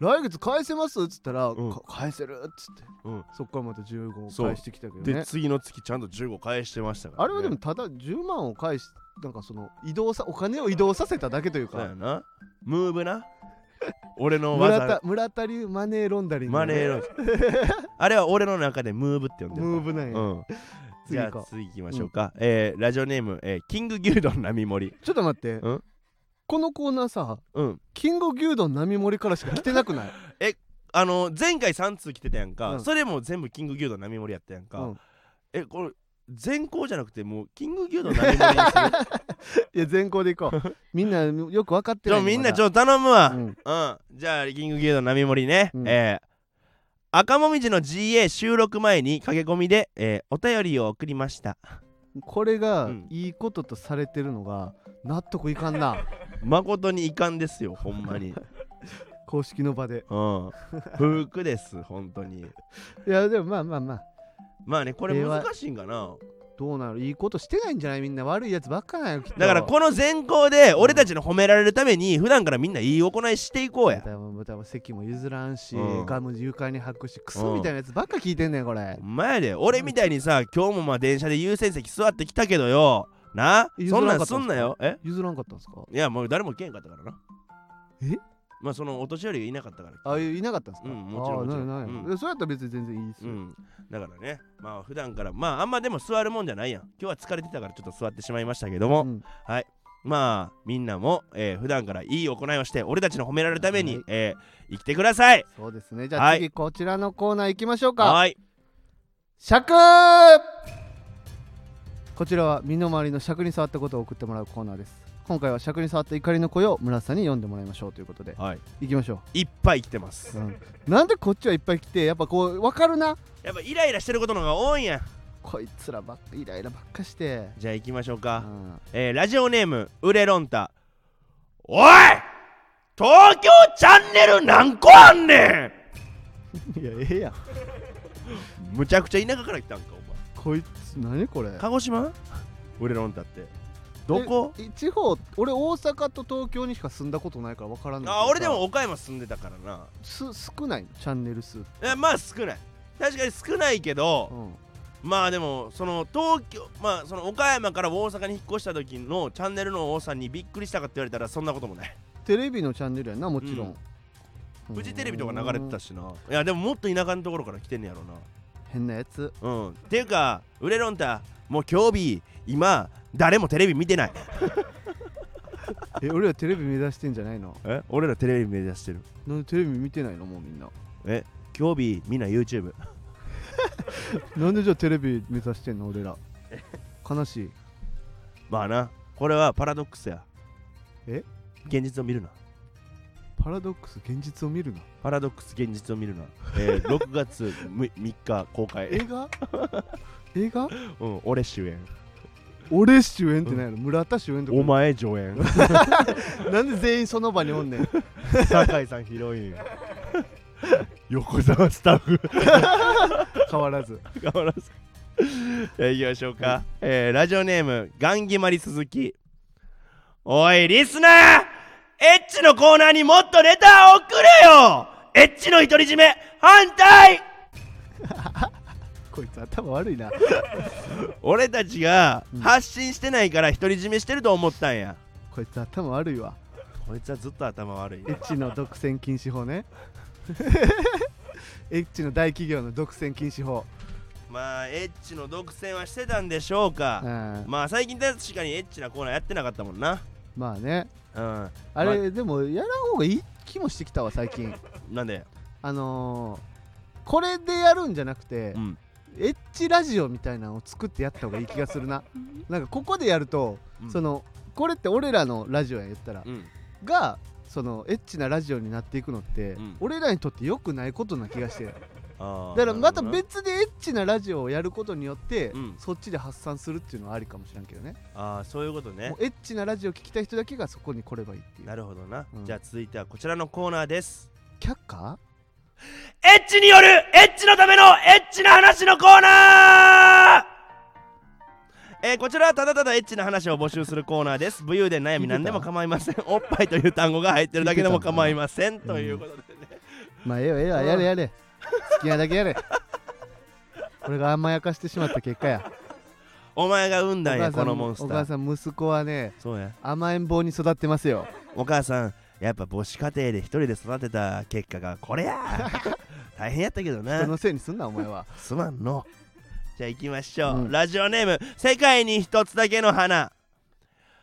[SPEAKER 2] 来月返せますっつったら、
[SPEAKER 1] うん
[SPEAKER 2] か返せるっつって、
[SPEAKER 1] うん
[SPEAKER 2] そっからまた15を
[SPEAKER 1] そう
[SPEAKER 2] 返してきたけど
[SPEAKER 1] ーで
[SPEAKER 2] ね
[SPEAKER 1] 次の月ちゃんと15返してましたからね
[SPEAKER 2] あれはでもただ10万を返しなんかその移動さお金を移動させただけという
[SPEAKER 1] そうや
[SPEAKER 2] か
[SPEAKER 1] なムーブな俺の
[SPEAKER 2] 村田
[SPEAKER 1] 技
[SPEAKER 2] 村田流マネーロンダリング
[SPEAKER 1] マネー
[SPEAKER 2] *laughs*
[SPEAKER 1] ロンあれは俺の中でムーブって呼んでる
[SPEAKER 2] ムーブなんや、
[SPEAKER 1] うん、
[SPEAKER 2] 次
[SPEAKER 1] じゃ
[SPEAKER 2] 行こ
[SPEAKER 1] あ
[SPEAKER 2] う
[SPEAKER 1] 次行きましょうか、えーラジオネーム、えーキングギルドの並盛
[SPEAKER 2] ちょっと待って、
[SPEAKER 1] うん
[SPEAKER 2] このコーナーさ
[SPEAKER 1] うん
[SPEAKER 2] キング牛丼並盛りからしか来てなく
[SPEAKER 1] *laughs*
[SPEAKER 2] ない
[SPEAKER 1] あの前回3通来てたやんか、
[SPEAKER 2] うん
[SPEAKER 1] それも全部キングギルド並盛やったやんか、
[SPEAKER 2] うん
[SPEAKER 1] えこれ全校じゃなくてもうキングギルド並盛にする
[SPEAKER 2] *laughs* いや全校でいこ
[SPEAKER 1] *laughs*
[SPEAKER 2] うみんなよく分かって
[SPEAKER 1] ち
[SPEAKER 2] な
[SPEAKER 1] ょ
[SPEAKER 2] い
[SPEAKER 1] みんなち
[SPEAKER 2] ょ
[SPEAKER 1] ょっと頼むわ、
[SPEAKER 2] う
[SPEAKER 1] うん
[SPEAKER 2] ん、
[SPEAKER 1] じゃあキングギルド並盛ね、
[SPEAKER 2] うん
[SPEAKER 1] えー赤もみじの GA 収録前に駆け込みで、えーお便りを送りました
[SPEAKER 2] これが
[SPEAKER 1] うん
[SPEAKER 2] いいこととされてるのが納得いかんな
[SPEAKER 1] 誠に遺憾ですよほんま
[SPEAKER 2] *laughs*
[SPEAKER 1] に
[SPEAKER 2] 公式の場で
[SPEAKER 1] うん不服です本当に
[SPEAKER 2] いやでもまあまあまあ
[SPEAKER 1] まあねこれ
[SPEAKER 2] 平和
[SPEAKER 1] 難しいんかな
[SPEAKER 2] どうなるいいことしてないんじゃないみんな悪いやつばっかなんよきっと
[SPEAKER 1] だからこの全校で俺たちの褒められるために普段からみんないい行いしていこう
[SPEAKER 2] ま
[SPEAKER 1] や
[SPEAKER 2] たまた席も譲らんし、
[SPEAKER 1] うん
[SPEAKER 2] ガム床に吐くし
[SPEAKER 1] う
[SPEAKER 2] クソ
[SPEAKER 1] ん
[SPEAKER 2] みたいなやつばっか聞いてんねんこれ
[SPEAKER 1] お、前で俺みたいにさ今日もまあ電車で優先席座ってきたけどよな
[SPEAKER 2] 譲
[SPEAKER 1] そんな
[SPEAKER 2] らなかったんすか
[SPEAKER 1] んすんなよえ
[SPEAKER 2] 譲らんかったんですか
[SPEAKER 1] いやもう誰も来えんかったからな
[SPEAKER 2] え
[SPEAKER 1] まあそのお年寄りがいなかったから
[SPEAKER 2] あいいなかったんですか、
[SPEAKER 1] うんもちろん
[SPEAKER 2] あー
[SPEAKER 1] もちろん
[SPEAKER 2] ないない、
[SPEAKER 1] う
[SPEAKER 2] それやったら別に全然いいです
[SPEAKER 1] う
[SPEAKER 2] よ、
[SPEAKER 1] んだからねまあ普段からまああんまでも座るもんじゃないやん今日は疲れてたからちょっと座ってしまいましたけども、
[SPEAKER 2] うん
[SPEAKER 1] まあみんなも、えー普段からいい行いをして俺たちの褒められるために、
[SPEAKER 2] はい
[SPEAKER 1] えー生きてください
[SPEAKER 2] そうですねじゃあ
[SPEAKER 1] はい
[SPEAKER 2] 次こちらのコーナー行きましょうか、
[SPEAKER 1] はい
[SPEAKER 2] 尺こちらは身の回りの尺に触ったことを送ってもらうコーナーです今回は尺に触った怒りの声を村瀬さんに読んでもらいましょうということで
[SPEAKER 1] はい
[SPEAKER 2] 行きましょ
[SPEAKER 1] いっぱい生きてます
[SPEAKER 2] う、うんなんでこっちはいっぱい来てやっぱこう分かるな
[SPEAKER 1] やっぱイライラしてることの方が多いんや
[SPEAKER 2] こいつらばっかイライラばっかして
[SPEAKER 1] じゃあ行きましょう
[SPEAKER 2] う
[SPEAKER 1] か、
[SPEAKER 2] ん
[SPEAKER 1] えーラジオネームウレロンタおい東京チャンネル何個あんね
[SPEAKER 2] *laughs* いやええやん
[SPEAKER 1] んむちゃくちゃ田舎から来たんかお前
[SPEAKER 2] こいつ何これ
[SPEAKER 1] 鹿児島ウレロンタってどこ
[SPEAKER 2] え地方俺大阪と東京にしか住んだことないから分からんねんけどさ
[SPEAKER 1] あ俺でも岡山住んでたからな
[SPEAKER 2] す少ないチャンネル数、うん、
[SPEAKER 1] えまあ少ない確かに少ないけど、まあでもその東京まあその岡山から大阪に引っ越した時のチャンネルの多さにびっくりしたかって言われたらそんなこともない
[SPEAKER 2] テレビのチャンネルやんなもちろん、
[SPEAKER 1] うんフジテレビとか流れてた
[SPEAKER 2] し
[SPEAKER 1] しないやでももっと田舎のところから来てんねやろ
[SPEAKER 2] 変なやつ
[SPEAKER 1] なうんっていうかウレロンタもう今日日今誰もテレビ見てない
[SPEAKER 2] え俺らテレビ目指してんじゃないの
[SPEAKER 1] え俺らテレビ目指してる
[SPEAKER 2] なんでテレビ見てないのもうみんな
[SPEAKER 1] え今日日みんな YouTube
[SPEAKER 2] なんでじゃあテレビ目指してんの俺ら悲しい
[SPEAKER 1] まあなこれはパラドックスや
[SPEAKER 2] え
[SPEAKER 1] 現実を見るな
[SPEAKER 2] パラドックス現実を見るな
[SPEAKER 1] パラドックス現実を見るな、えー6月3日公
[SPEAKER 2] 映
[SPEAKER 1] 開、
[SPEAKER 2] 画映画
[SPEAKER 1] うん、俺主演
[SPEAKER 2] 俺主演ってないの、村田主演とか
[SPEAKER 1] お前助演
[SPEAKER 2] なんで全員その場におんねん
[SPEAKER 1] 酒井さんヒロイン横澤スタッフ
[SPEAKER 2] 変わらず
[SPEAKER 1] 頑張らずじゃあ行きましょうか、えーラジオネームガンギマリ鈴木おいリスナーエッチのコーナーにもっとレター送れよエッチの独り占め反対
[SPEAKER 2] こいつ頭悪いな
[SPEAKER 1] 俺たちが
[SPEAKER 2] うん
[SPEAKER 1] 発信してないから独り占めしてると思ったんや
[SPEAKER 2] こいつ頭悪いわ
[SPEAKER 1] こいつはずっと頭悪い
[SPEAKER 2] エ
[SPEAKER 1] ね
[SPEAKER 2] ッチの独占禁止法ね *laughs* エッチの大企業の独占禁止法、
[SPEAKER 1] まあエッチの独占はしてたんでしょう
[SPEAKER 2] う
[SPEAKER 1] か
[SPEAKER 2] ん、
[SPEAKER 1] まあ最近確かにエッチなコーナーやってなかったもんな
[SPEAKER 2] まあね
[SPEAKER 1] うん
[SPEAKER 2] あれ、
[SPEAKER 1] ま
[SPEAKER 2] でもやらん方がいい気もしてきたわ最近
[SPEAKER 1] なんで
[SPEAKER 2] あのー、これでやるんじゃなくて、
[SPEAKER 1] うん
[SPEAKER 2] エッチラジオみたいなのを作ってやった方がいい気がするななんかここでやると、
[SPEAKER 1] うん
[SPEAKER 2] そのこれって俺らのラジオや言ったら、
[SPEAKER 1] うん
[SPEAKER 2] がそのエッチなラジオになっていくのって、
[SPEAKER 1] うん
[SPEAKER 2] 俺らにとって良くないことな気がしてだ
[SPEAKER 1] あー
[SPEAKER 2] からまた
[SPEAKER 1] なる
[SPEAKER 2] 別でエッチなラジオをやることによって、
[SPEAKER 1] うん
[SPEAKER 2] そっちで発散するっていうのはありかもしれんけどね
[SPEAKER 1] ほどなあーそういうことね
[SPEAKER 2] もうエッチなラジオ聞きたい人だけがそこに来ればいいっていう
[SPEAKER 1] なるほどな、
[SPEAKER 2] うん
[SPEAKER 1] じゃあ続いてはこちらのコーナーです
[SPEAKER 2] 却下
[SPEAKER 1] エッチによるエッチのためのエッチな話のコーナーえーこちらはただただエッチな話を募集するコーナー
[SPEAKER 2] *laughs*
[SPEAKER 1] です。武勇伝悩み何でも構いません。おっぱいという単語が入ってるだけでも構いません。ということでね。
[SPEAKER 2] まあええわええわ
[SPEAKER 1] うん
[SPEAKER 2] やれやれ好きなだけやれ俺が甘やかしてしまった結果や
[SPEAKER 1] お前が産ん
[SPEAKER 2] お
[SPEAKER 1] だんや、
[SPEAKER 2] 母さ
[SPEAKER 1] こ
[SPEAKER 2] ん
[SPEAKER 1] のモンス
[SPEAKER 2] お
[SPEAKER 1] タ
[SPEAKER 2] 母
[SPEAKER 1] ー。
[SPEAKER 2] さん息子はね
[SPEAKER 1] そうや。
[SPEAKER 2] 甘えん坊に育ってますよ
[SPEAKER 1] お母さん、やっぱ母子家庭で一人で育てた結果がこれや。
[SPEAKER 2] *laughs*
[SPEAKER 1] 大変やったけど
[SPEAKER 2] 人
[SPEAKER 1] な。
[SPEAKER 2] のせいにすんなお前は
[SPEAKER 1] すまんの。じゃあ行きましょう。
[SPEAKER 2] うん
[SPEAKER 1] ラジオネーム、世界に一つだけの花。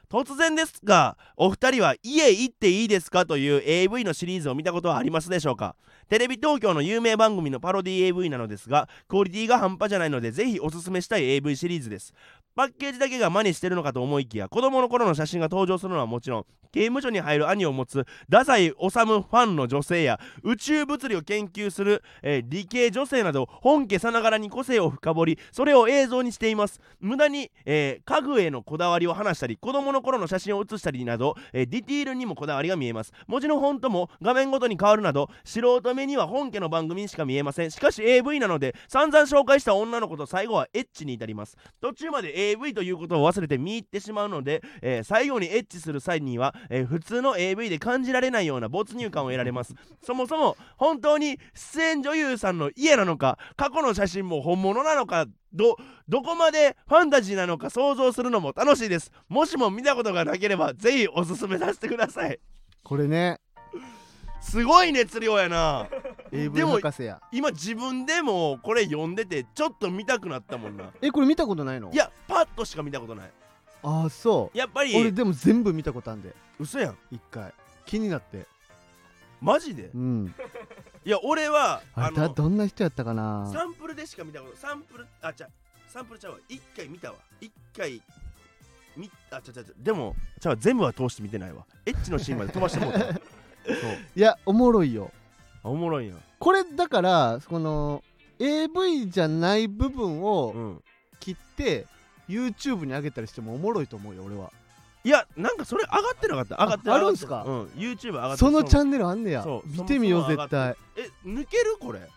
[SPEAKER 1] 突然ですが、お二人は家行っていいですかという AV のシリーズを見たことはありますでしょうかテレビ東京の有名番組のパロディ AV なのですが、クオリティが半端じゃないので、ぜひおすすめしたい AV シリーズです。パッケージだけが真似してるのかと思いきや、子供の頃の写真が登場するのはもちろん、刑務所に入る兄を持つ、太宰治ファンの女性や、宇宙物理を研究する、えー理系女性など、本家さながらに個性を深掘り、それを映像にしています。無駄に、えー家具へのこだわりを話したり子供の頃の写真を写したりなど、えーディティールにもこだわりが見えます文字のフォントも画面ごとに変わるなど素人目には本家の番組にしか見えませんしかし AV なので散々紹介した女の子と最後はエッチに至ります途中まで AV ということを忘れて見入ってしまうので、えー最後にエッチする際には、えー普通の AV で感じられないような没入感を得られますそもそも本当に出演女優さんの家なのか過去の写真も本物なのかどどこまでファンタジーなのか想像するのも楽しいですもしも見たことがなければぜひおすすめさせてください
[SPEAKER 2] これね
[SPEAKER 1] すごい熱量や
[SPEAKER 2] *laughs*
[SPEAKER 1] な
[SPEAKER 2] AV
[SPEAKER 1] でも
[SPEAKER 2] 博士や
[SPEAKER 1] 今自分でもこれ読んでてちょっと見たくなったもんな
[SPEAKER 2] えこれ見たことないの
[SPEAKER 1] いやパッとしか見たことない
[SPEAKER 2] ああそ
[SPEAKER 1] やっぱ
[SPEAKER 2] う俺
[SPEAKER 1] り
[SPEAKER 2] でも全部見たことあんで
[SPEAKER 1] 嘘やん
[SPEAKER 2] 一回気になって
[SPEAKER 1] マジで
[SPEAKER 2] うん
[SPEAKER 1] いや俺は
[SPEAKER 2] あ
[SPEAKER 1] あ
[SPEAKER 2] れだ
[SPEAKER 1] の
[SPEAKER 2] どんな人やったかな
[SPEAKER 1] サンプルでしか見たことサンプルあちゃうサンプルちゃうわ一回見たわ一回見あちゃうちゃうちゃうでもちゃうわ全部は通して見てないわエッチのシーンまで飛ばしてもう
[SPEAKER 2] *laughs*
[SPEAKER 1] たそう
[SPEAKER 2] いやおもろいよ
[SPEAKER 1] あおもろいな
[SPEAKER 2] これだからこの AV じゃない部分を
[SPEAKER 1] うん
[SPEAKER 2] 切って YouTube に上げたりしてもおもろいと思うよ俺はい
[SPEAKER 1] やなんかそれ上がってなかった上がって上が
[SPEAKER 2] あ
[SPEAKER 1] って
[SPEAKER 2] あるんすか
[SPEAKER 1] うん YouTube 上がって
[SPEAKER 2] そのチ
[SPEAKER 1] ン
[SPEAKER 2] ャンネルあんねや
[SPEAKER 1] そう
[SPEAKER 2] 見てみよう
[SPEAKER 1] そもそも上
[SPEAKER 2] 絶
[SPEAKER 1] がっ
[SPEAKER 2] 対
[SPEAKER 1] え抜けるこれ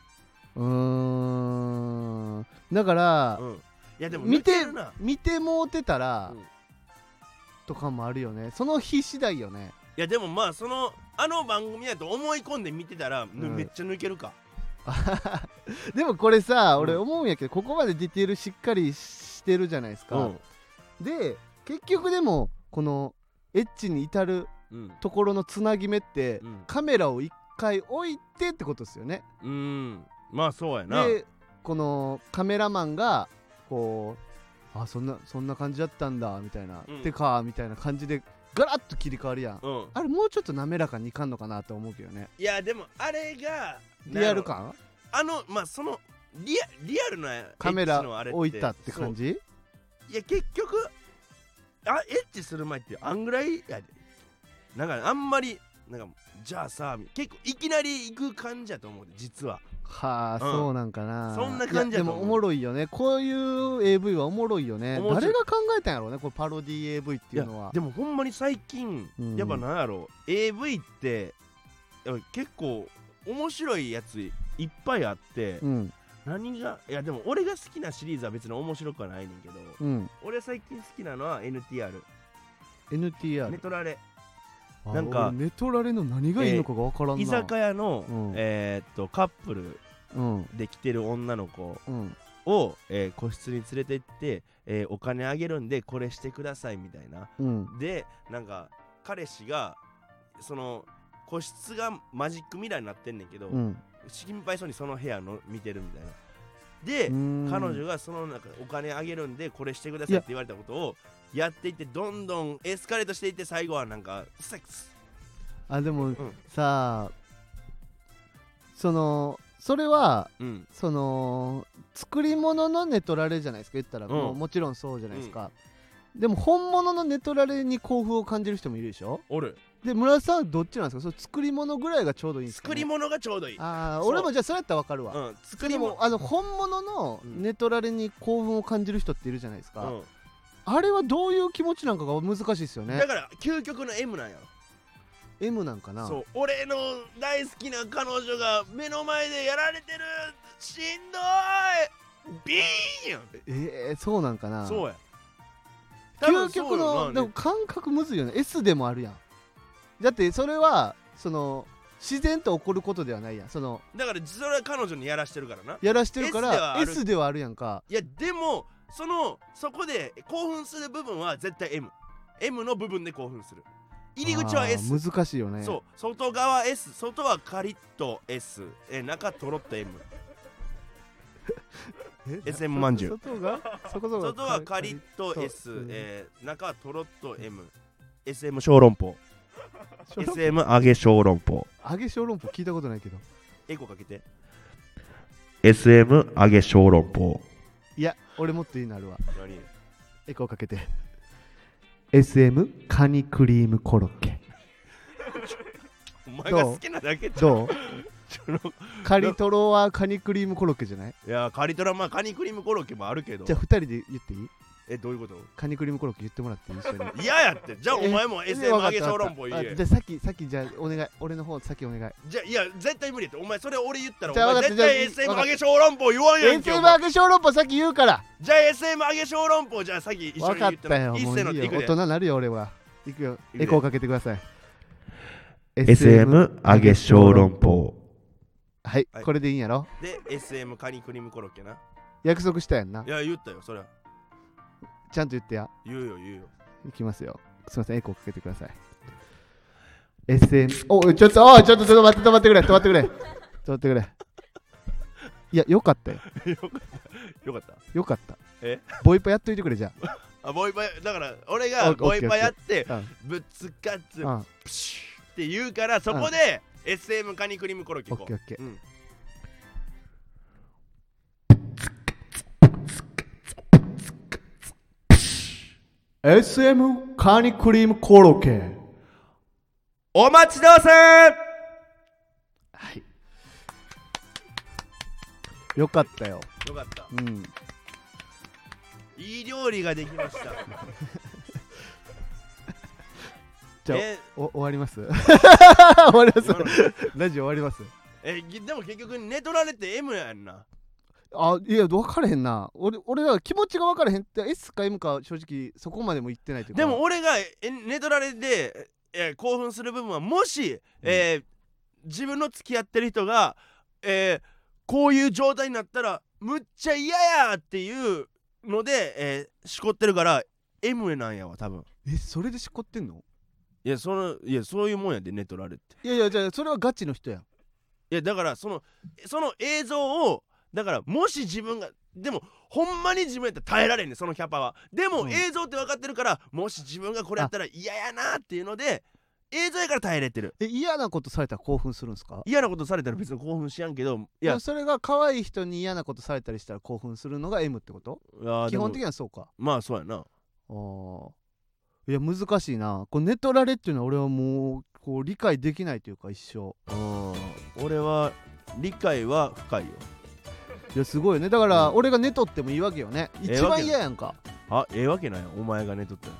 [SPEAKER 2] うーんだから
[SPEAKER 1] うんいやでも
[SPEAKER 2] 見
[SPEAKER 1] 抜
[SPEAKER 2] て
[SPEAKER 1] けるな
[SPEAKER 2] 見てもうてたら
[SPEAKER 1] うん
[SPEAKER 2] とかもあるよねその日次第よね
[SPEAKER 1] いやでもまあそのあの番組だと思い込んで見てたら、ぬ
[SPEAKER 2] うん
[SPEAKER 1] めっちゃ抜けるか
[SPEAKER 2] でもこれさ
[SPEAKER 1] うん
[SPEAKER 2] 俺思うんやけどここまでディテールしっかりしてるじゃないですかで結局でもこのエッチに至る
[SPEAKER 1] うん
[SPEAKER 2] ところのつなぎ目って
[SPEAKER 1] うん
[SPEAKER 2] カメラを1回置いてってことですよね
[SPEAKER 1] うんまあそうやな
[SPEAKER 2] でこのカメラマンがこうあそんなそんな感じだったんだみたいな、
[SPEAKER 1] うん
[SPEAKER 2] てかみたいな感じでガラッと切り替わるやん
[SPEAKER 1] うん
[SPEAKER 2] あれもうちょっと滑らかにいかんのかなと思うけどね
[SPEAKER 1] いやでもあれが
[SPEAKER 2] リアル感
[SPEAKER 1] あのまあそのリアリアルなエッチ
[SPEAKER 2] カメラ
[SPEAKER 1] のあれ
[SPEAKER 2] 置いたって感
[SPEAKER 1] じ
[SPEAKER 2] じ
[SPEAKER 1] いや結局あエッチする前ってあんぐらいやでなんかあんまりなんかじゃあさ結構いきなり行く感じやと思うで実は
[SPEAKER 2] はあ、
[SPEAKER 1] うん
[SPEAKER 2] そうなんかな
[SPEAKER 1] そんな感じ
[SPEAKER 2] いや
[SPEAKER 1] や
[SPEAKER 2] で
[SPEAKER 1] と思う
[SPEAKER 2] もおもろいよねこういう AV はおもろいよね
[SPEAKER 1] 面白い
[SPEAKER 2] 誰が考えたんやろうねこれパロディ AV っていうのは
[SPEAKER 1] でもほんまに最近、
[SPEAKER 2] うん
[SPEAKER 1] やっぱなんやろ AV ってやっぱ結構面白いやついっぱいあって、
[SPEAKER 2] うん
[SPEAKER 1] 何がいやでも俺が好きなシリーズは別に面白くはないねんけど、
[SPEAKER 2] うん
[SPEAKER 1] 俺最近好きなのは NTR
[SPEAKER 2] NTR
[SPEAKER 1] ネトラレ
[SPEAKER 2] あ
[SPEAKER 1] なんか
[SPEAKER 2] 俺寝取られの何がいいのかが分からんな、
[SPEAKER 1] 居酒屋の、
[SPEAKER 2] うん
[SPEAKER 1] えーっとカップル
[SPEAKER 2] うん
[SPEAKER 1] で来てる女の子
[SPEAKER 2] うん
[SPEAKER 1] を、えー個室に連れて行って、えーお金あげるんでこれしてくださいみたいな
[SPEAKER 2] うん
[SPEAKER 1] でなんか彼氏がその個室がマジックミラーになってんねんけど、
[SPEAKER 2] うん
[SPEAKER 1] 心配そうにその部屋の見てるみたいなで、彼女がその中でお金あげるんでこれしてくださいって言われたことをやっていってどんどんエスカレートしていって最後はなんかセックス
[SPEAKER 2] あでも、
[SPEAKER 1] ん
[SPEAKER 2] さあそのそれは
[SPEAKER 1] うん
[SPEAKER 2] その作り物のネトラレじゃないですか言ったら、
[SPEAKER 1] うん
[SPEAKER 2] もうもちろんそうじゃないですか、でも本物のネトラレに興奮を感じる人もいるでしょ
[SPEAKER 1] おる
[SPEAKER 2] で村田さんはどっちなんですかそれ作り物ぐらいがちょうどいいんですか、ね、
[SPEAKER 1] 作り物がちょうどいい、う
[SPEAKER 2] ああ
[SPEAKER 1] そう
[SPEAKER 2] 俺もじゃあそれやったらわかるわ、
[SPEAKER 1] ん、作
[SPEAKER 2] で
[SPEAKER 1] り物
[SPEAKER 2] もあの本物の
[SPEAKER 1] うん
[SPEAKER 2] ネトラレに興奮を感じる人っているじゃないです
[SPEAKER 1] う
[SPEAKER 2] か、
[SPEAKER 1] ん、
[SPEAKER 2] あれはどういう気持ちなんかが難しいですよね
[SPEAKER 1] だから究極の M なんやろ
[SPEAKER 2] M なんかな
[SPEAKER 1] そう俺の大好きな彼女が目の前でやられてるしんどいビーンやん
[SPEAKER 2] えー、そうなんかな
[SPEAKER 1] そうや
[SPEAKER 2] 究極
[SPEAKER 1] 多分そう
[SPEAKER 2] の
[SPEAKER 1] よな
[SPEAKER 2] でも感覚むずいよね S でもあるやんだってそれはその自然と起こることではないやんその
[SPEAKER 1] だからそれは彼女にやらしてるからな
[SPEAKER 2] やらしてるか
[SPEAKER 1] S では
[SPEAKER 2] ら
[SPEAKER 1] ある
[SPEAKER 2] S ではあるやんか
[SPEAKER 1] いやでもそのそこで興奮する部分は絶対 M M の部分で興奮する入り口は
[SPEAKER 2] あー
[SPEAKER 1] S
[SPEAKER 2] 難しいよね
[SPEAKER 1] そう外側 S 外はカリッと S え中とろっと M
[SPEAKER 2] え
[SPEAKER 1] SM まんじゅう
[SPEAKER 2] 外がそこそこ
[SPEAKER 1] 外はカリッと
[SPEAKER 2] カリッと
[SPEAKER 1] S
[SPEAKER 2] うん
[SPEAKER 1] えー中はとろっと M SM 小籠包 SM 揚げ小籠包
[SPEAKER 2] 揚げ小籠包聞いたことないけど
[SPEAKER 1] エコかけて SM 揚げ小籠包
[SPEAKER 2] いや俺もっといいのあるわ
[SPEAKER 1] 何
[SPEAKER 2] エコーかけて SM カニクリームコロッケ
[SPEAKER 1] お前が好きなだけちゃう
[SPEAKER 2] どうカリトロはカニクリームコロッケじゃない
[SPEAKER 1] いやカリトラまあカニクリームコロッケもあるけど
[SPEAKER 2] じゃあ2人で言っていい
[SPEAKER 1] えどういうこと
[SPEAKER 2] カニクリームコロッケ言ってもらっていい一緒に
[SPEAKER 1] 嫌やってじゃあ
[SPEAKER 2] え
[SPEAKER 1] お前も SM
[SPEAKER 2] えわか
[SPEAKER 1] 揚
[SPEAKER 2] った
[SPEAKER 1] げ小籠包言
[SPEAKER 2] あ
[SPEAKER 1] え
[SPEAKER 2] じゃあさっきさっきじゃあお願い俺の方さっきお願い
[SPEAKER 1] じゃあいや絶対無理やってお前それ俺言ったらお
[SPEAKER 2] じゃあ
[SPEAKER 1] 前
[SPEAKER 2] 分
[SPEAKER 1] 絶
[SPEAKER 2] かった
[SPEAKER 1] 対
[SPEAKER 2] じゃあ
[SPEAKER 1] SM
[SPEAKER 2] 分
[SPEAKER 1] 揚
[SPEAKER 2] かった
[SPEAKER 1] げ小籠包言わんやん
[SPEAKER 2] SM
[SPEAKER 1] けお
[SPEAKER 2] 揚
[SPEAKER 1] 前
[SPEAKER 2] げ小籠包さっき言うから
[SPEAKER 1] じゃあ SM 揚げ小籠包じゃあさっき一緒
[SPEAKER 2] 分
[SPEAKER 1] に言
[SPEAKER 2] かっ
[SPEAKER 1] って
[SPEAKER 2] たよ
[SPEAKER 1] 一
[SPEAKER 2] もう
[SPEAKER 1] 斉のっ
[SPEAKER 2] いい
[SPEAKER 1] てい
[SPEAKER 2] よ
[SPEAKER 1] く
[SPEAKER 2] 大
[SPEAKER 1] で
[SPEAKER 2] 人なるよ俺はいくよ
[SPEAKER 1] いくで
[SPEAKER 2] エコーかけてください
[SPEAKER 1] 包
[SPEAKER 2] はい
[SPEAKER 1] はい
[SPEAKER 2] これでいいんやろ
[SPEAKER 1] で SM カニクリームコロッケな
[SPEAKER 2] 約束したやんない
[SPEAKER 1] や言ったよそれは
[SPEAKER 2] ちゃんと言ってや
[SPEAKER 1] 言うよ言うよ
[SPEAKER 2] いきますよ。すみません、エコーかけてください。SM、おちょっと、おいちょっと、ちょっと待って、止まってくれ、止まってくれ、止まってくれ。いや、よかったよ。
[SPEAKER 1] よかった
[SPEAKER 2] よかった。
[SPEAKER 1] え
[SPEAKER 2] ボイパやっといてくれ、じゃ
[SPEAKER 1] あボイパだから俺
[SPEAKER 2] あ
[SPEAKER 1] が
[SPEAKER 2] オッ
[SPEAKER 1] ボ
[SPEAKER 2] ケー
[SPEAKER 1] イパやって
[SPEAKER 2] あ。
[SPEAKER 1] ぶつかつ
[SPEAKER 2] うん、うん
[SPEAKER 1] プシュって言うからそこで SM カニクリームコロッケ
[SPEAKER 2] オ
[SPEAKER 1] 行
[SPEAKER 2] ッ
[SPEAKER 1] こう
[SPEAKER 2] ケーオッケー。
[SPEAKER 1] うん
[SPEAKER 2] エ SM カニクリームコロッケ。
[SPEAKER 1] お待ちどうさん
[SPEAKER 2] はい。よかったよ。
[SPEAKER 1] よかった
[SPEAKER 2] うん。
[SPEAKER 1] いい料理ができました
[SPEAKER 2] *laughs* じゃあ
[SPEAKER 1] え
[SPEAKER 2] お終わります *laughs* 終わります
[SPEAKER 1] 今の
[SPEAKER 2] ラジオ終わります
[SPEAKER 1] えぎでも結局寝取られて M やんな
[SPEAKER 2] あいや分かれへんな俺俺ら気持ちが分かれへんって S か M か正直そこまでも言ってないというか
[SPEAKER 1] でも俺がえ寝取られて、えー興奮する部分はもし、えー自分の付き合ってる人が、えーこういう状態になったらむっちゃ嫌やっていうので、えーしこってるから M なんやわ多分
[SPEAKER 2] えそれでしこってんの
[SPEAKER 1] いやそのいやそういうもんやで寝取られて
[SPEAKER 2] いやいやじゃあそれはガチの人やん
[SPEAKER 1] いやだからそのその映像をだからもし自分がでもほんまに自分やったら耐えられんねんそのキャパはで
[SPEAKER 2] う
[SPEAKER 1] も
[SPEAKER 2] ん
[SPEAKER 1] 映像って分かってるからもし自分がこれやったら嫌やなっていうので映像やから耐えれてる
[SPEAKER 2] え嫌なことされたら興奮するんすか
[SPEAKER 1] 嫌なことされたら別に興奮しやんけどい
[SPEAKER 2] い
[SPEAKER 1] や
[SPEAKER 2] やそれが可愛い人に嫌なことされたりしたら興奮するのが M ってこと
[SPEAKER 1] いや
[SPEAKER 2] 基
[SPEAKER 1] でも
[SPEAKER 2] 本的にはそうか
[SPEAKER 1] まあそうやな
[SPEAKER 2] あーいや難しいなこれ寝取られっていうのは俺はもうこう理解できないというか一生
[SPEAKER 1] うん俺は理解は深いよ
[SPEAKER 2] いやすごいよねだから
[SPEAKER 1] うん
[SPEAKER 2] 俺が寝取ってもいいわけよね
[SPEAKER 1] ええ
[SPEAKER 2] 一
[SPEAKER 1] わけよ
[SPEAKER 2] 番嫌やんか
[SPEAKER 1] あええわけないよお前が寝とったら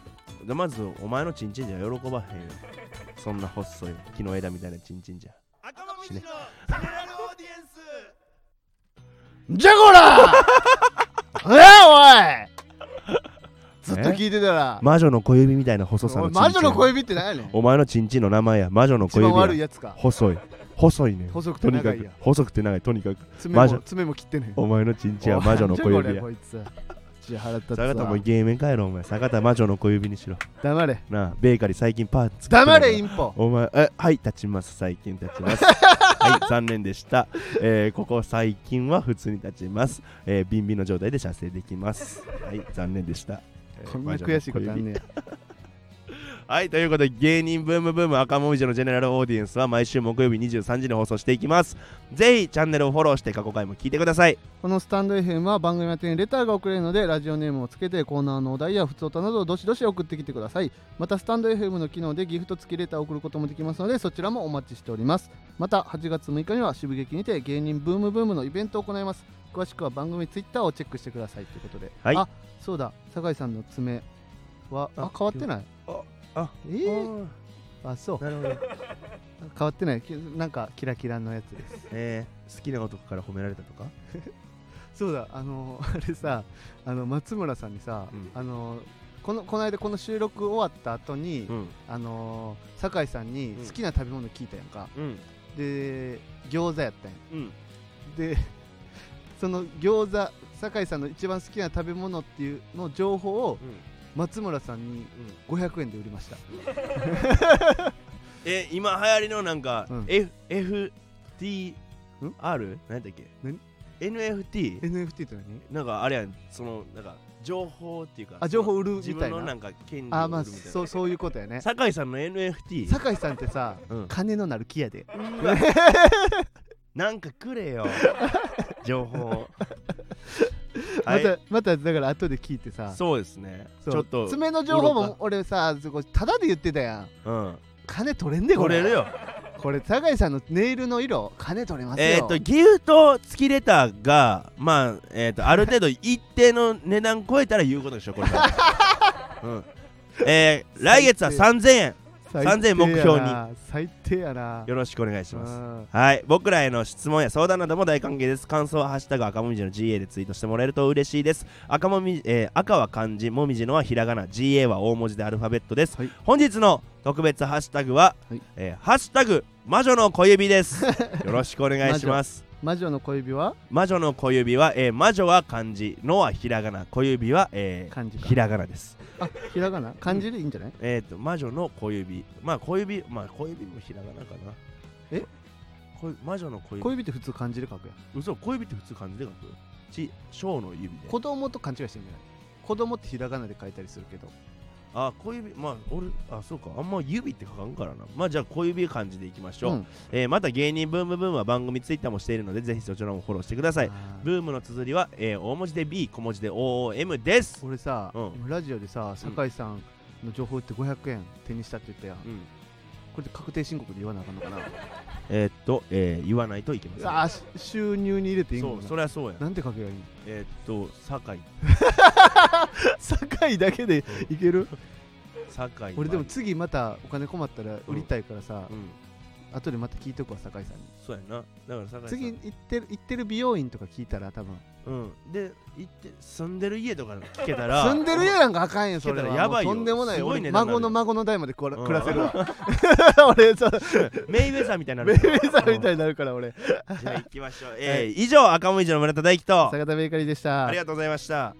[SPEAKER 1] でまずお前のチンチンじゃ喜ばへんよそんな細い木の枝みたいなチンチンじゃ赤間
[SPEAKER 2] 道の
[SPEAKER 1] ジェネラルオーディエンス
[SPEAKER 2] じゃこ *laughs* らえおいずっと聞いてたら、
[SPEAKER 1] 魔女の小指みたいな細さの
[SPEAKER 2] お
[SPEAKER 1] チン
[SPEAKER 2] い
[SPEAKER 1] チン
[SPEAKER 2] 魔女の小指って何やねん
[SPEAKER 1] お前のチンチンの名前や魔女の
[SPEAKER 2] 一
[SPEAKER 1] 小指
[SPEAKER 2] 番悪い
[SPEAKER 1] や
[SPEAKER 2] やつか
[SPEAKER 1] 細い細いね
[SPEAKER 2] 細く
[SPEAKER 1] と
[SPEAKER 2] て
[SPEAKER 1] にか
[SPEAKER 2] 長い
[SPEAKER 1] く
[SPEAKER 2] や
[SPEAKER 1] 細くて長いとにかく
[SPEAKER 2] 爪
[SPEAKER 1] 魔
[SPEAKER 2] も
[SPEAKER 1] 女
[SPEAKER 2] 爪も切ってんねん
[SPEAKER 1] お前のチンチンは魔女の小
[SPEAKER 2] おい
[SPEAKER 1] 指
[SPEAKER 2] なんじゃ
[SPEAKER 1] や
[SPEAKER 2] これこいつち腹立つわ
[SPEAKER 1] 坂田もイケメンかやろお前坂田魔女の小指にしろ
[SPEAKER 2] 黙れ
[SPEAKER 1] なあベーカリー最近パーツ
[SPEAKER 2] 黙れインポ
[SPEAKER 1] お前えはい立ちます最近立ちます
[SPEAKER 2] *laughs*
[SPEAKER 1] はい残念でした、えーここ最近は普通に立ちます、えー、ビンビンの状態で射精できますはい残念でしたえー
[SPEAKER 2] こんな悔しいことあんねや
[SPEAKER 1] はい、ということで芸人ブームブーム赤もみじのジェネラルオーディエンスは毎週木曜日23時に放送していきます。ぜひチャンネルをフォローして過去回も聞いてください。
[SPEAKER 2] このスタンド FM は番組宛てにレターが送れるのでラジオネームをつけてコーナーのお題や普通歌などをどしどし送ってきてくださいまたスタンド FM の機能でギフト付きレターを送ることもできますのでそちらもお待ちしておりますまた8月6日には渋劇にて芸人ブームブームのイベントを行います詳しくは番組ツイッターをチェックしてくださいということで、
[SPEAKER 1] はい
[SPEAKER 2] あそうだ酒井さんの爪はあ
[SPEAKER 1] あ
[SPEAKER 2] 変わってない
[SPEAKER 1] ああ
[SPEAKER 2] えー、あそう
[SPEAKER 1] なるほど。
[SPEAKER 2] 変わってないきなんかキラキラのやつです
[SPEAKER 1] *laughs* えー、好きな男から褒められたとか
[SPEAKER 2] そうだあの *laughs* あれさあの松村さんにさ、
[SPEAKER 1] うん
[SPEAKER 2] あのこのこの間この収録終わった後に、
[SPEAKER 1] ん。
[SPEAKER 2] あの酒井さんに
[SPEAKER 1] うん
[SPEAKER 2] 好きな食べ物聞いたやんか、
[SPEAKER 1] うん。
[SPEAKER 2] で餃子やったんや
[SPEAKER 1] うん。
[SPEAKER 2] で *laughs* その餃子酒井さんの一番好きな食べ物っていうの情報を松村さんに500円で売りました
[SPEAKER 1] え、今流行りのなんか、
[SPEAKER 2] うん
[SPEAKER 1] F、FTR? 何やったっけ
[SPEAKER 2] 何
[SPEAKER 1] ?NFT?
[SPEAKER 2] NFT って何
[SPEAKER 1] なんかあれやん、その、なんか、情報っていうか、
[SPEAKER 2] あ情報売るみ
[SPEAKER 1] 自
[SPEAKER 2] た
[SPEAKER 1] 分
[SPEAKER 2] い
[SPEAKER 1] のな
[SPEAKER 2] なん
[SPEAKER 1] か権利
[SPEAKER 2] あ
[SPEAKER 1] を
[SPEAKER 2] まあ
[SPEAKER 1] 売るみたい
[SPEAKER 2] そうそういうことやね
[SPEAKER 1] な。酒井さんの NFT?
[SPEAKER 2] 酒井さんってさ
[SPEAKER 1] うん
[SPEAKER 2] 金のなる木やで
[SPEAKER 1] うわなんかくれ
[SPEAKER 2] *laughs*
[SPEAKER 1] よ情報
[SPEAKER 2] ま
[SPEAKER 1] はい
[SPEAKER 2] たまただから後で聞いてさ
[SPEAKER 1] そうですねち
[SPEAKER 2] そう
[SPEAKER 1] ょっと
[SPEAKER 2] 爪の情報
[SPEAKER 1] 愚
[SPEAKER 2] も
[SPEAKER 1] か
[SPEAKER 2] 俺さそこただで言ってたやん
[SPEAKER 1] うん
[SPEAKER 2] 金取れんでこ
[SPEAKER 1] 取
[SPEAKER 2] れ
[SPEAKER 1] れるよ
[SPEAKER 2] これ酒井さんのネイルの色金取れますよ
[SPEAKER 1] えっとギフト付きレターがまあえっとある程度一定の値段超えたら言うことでしょこれ
[SPEAKER 2] *laughs*
[SPEAKER 1] はうんえー来月は3000円
[SPEAKER 2] 最
[SPEAKER 1] 3000
[SPEAKER 2] 低やな
[SPEAKER 1] 目標に
[SPEAKER 2] 最低やな
[SPEAKER 1] よろしくお願いします
[SPEAKER 2] ま
[SPEAKER 1] はい僕らへの質問や相談なども大歓迎です感想は「ハッシュタグ赤もみじの GA」でツイートしてもらえると嬉しいです赤もみ、えー赤は漢字もみじのはひらがな GA は大文字でアルファベットです、
[SPEAKER 2] はい
[SPEAKER 1] 本日の特別ハッシュタグは「
[SPEAKER 2] はい
[SPEAKER 1] えーハッシュタグ魔女の小指」です
[SPEAKER 2] *laughs*
[SPEAKER 1] よろしくお願いします
[SPEAKER 2] 魔女の小指は
[SPEAKER 1] 魔女の小指は、えー魔女は漢字のはひらがな小指は、えー
[SPEAKER 2] 漢字か
[SPEAKER 1] ひらがなです
[SPEAKER 2] あひらがな漢字でいいんじゃない
[SPEAKER 1] えっ、と魔女の小指まあ小指まあ小指もひらがなかな
[SPEAKER 2] え
[SPEAKER 1] こい魔女の小指
[SPEAKER 2] 小指って普通漢字で書くやん
[SPEAKER 1] 嘘小指って普通漢字で書くち小の指で
[SPEAKER 2] 子供と勘違いしてんじゃない子供ってひらがなで書いたりするけど
[SPEAKER 1] あ小指まあ俺あそうかあんま指って書かんからなまあじゃあ小指漢字でいきましょう、
[SPEAKER 2] うん
[SPEAKER 1] えーまた芸人ブームブームは番組ツイッターもしているのでぜひそちらもフォローしてください
[SPEAKER 2] あー
[SPEAKER 1] ブームの綴りは、えー大文字で B 小文字で OOM です、
[SPEAKER 2] 俺さ
[SPEAKER 1] うん
[SPEAKER 2] ラジオでさ酒井さんの情報って500円手にしたって言ったやんこ
[SPEAKER 1] うん
[SPEAKER 2] れで確定申告で言わなあかん
[SPEAKER 1] *laughs*
[SPEAKER 2] のかな
[SPEAKER 1] えーっと、えー言わないといけません
[SPEAKER 2] さあし収入に入れていい
[SPEAKER 1] そ
[SPEAKER 2] もん
[SPEAKER 1] う
[SPEAKER 2] な
[SPEAKER 1] それはそうや
[SPEAKER 2] なんて書けばいいの
[SPEAKER 1] えーっと酒井
[SPEAKER 2] 酒井だけでいける
[SPEAKER 1] 酒井
[SPEAKER 2] 俺でも次またお金困ったら売りたいからさ、
[SPEAKER 1] うん
[SPEAKER 2] 後でまた聞いとくわ酒井さんに
[SPEAKER 1] そうやなだから酒井さん
[SPEAKER 2] 次行ってる行ってる美容院とか聞いたら多分
[SPEAKER 1] うんで行って住んでる家とか聞けたら
[SPEAKER 2] *laughs* 住んでる家なんかあかんよそれ
[SPEAKER 1] 聞け
[SPEAKER 2] は
[SPEAKER 1] たらやばいよ
[SPEAKER 2] もうとんでもない
[SPEAKER 1] すごい
[SPEAKER 2] 俺
[SPEAKER 1] 値段
[SPEAKER 2] 孫の
[SPEAKER 1] にな
[SPEAKER 2] 孫の代までこら
[SPEAKER 1] うん
[SPEAKER 2] 暮らせる
[SPEAKER 1] *laughs*
[SPEAKER 2] わ *laughs* 俺さ
[SPEAKER 1] メイウェザーみたいになる
[SPEAKER 2] ベイベーさんみたいになるから俺
[SPEAKER 1] じゃあ行きましょう。えー以上、赤もみじの村田大樹と、
[SPEAKER 2] 坂田ベーカリーでした
[SPEAKER 1] ありがとうございました。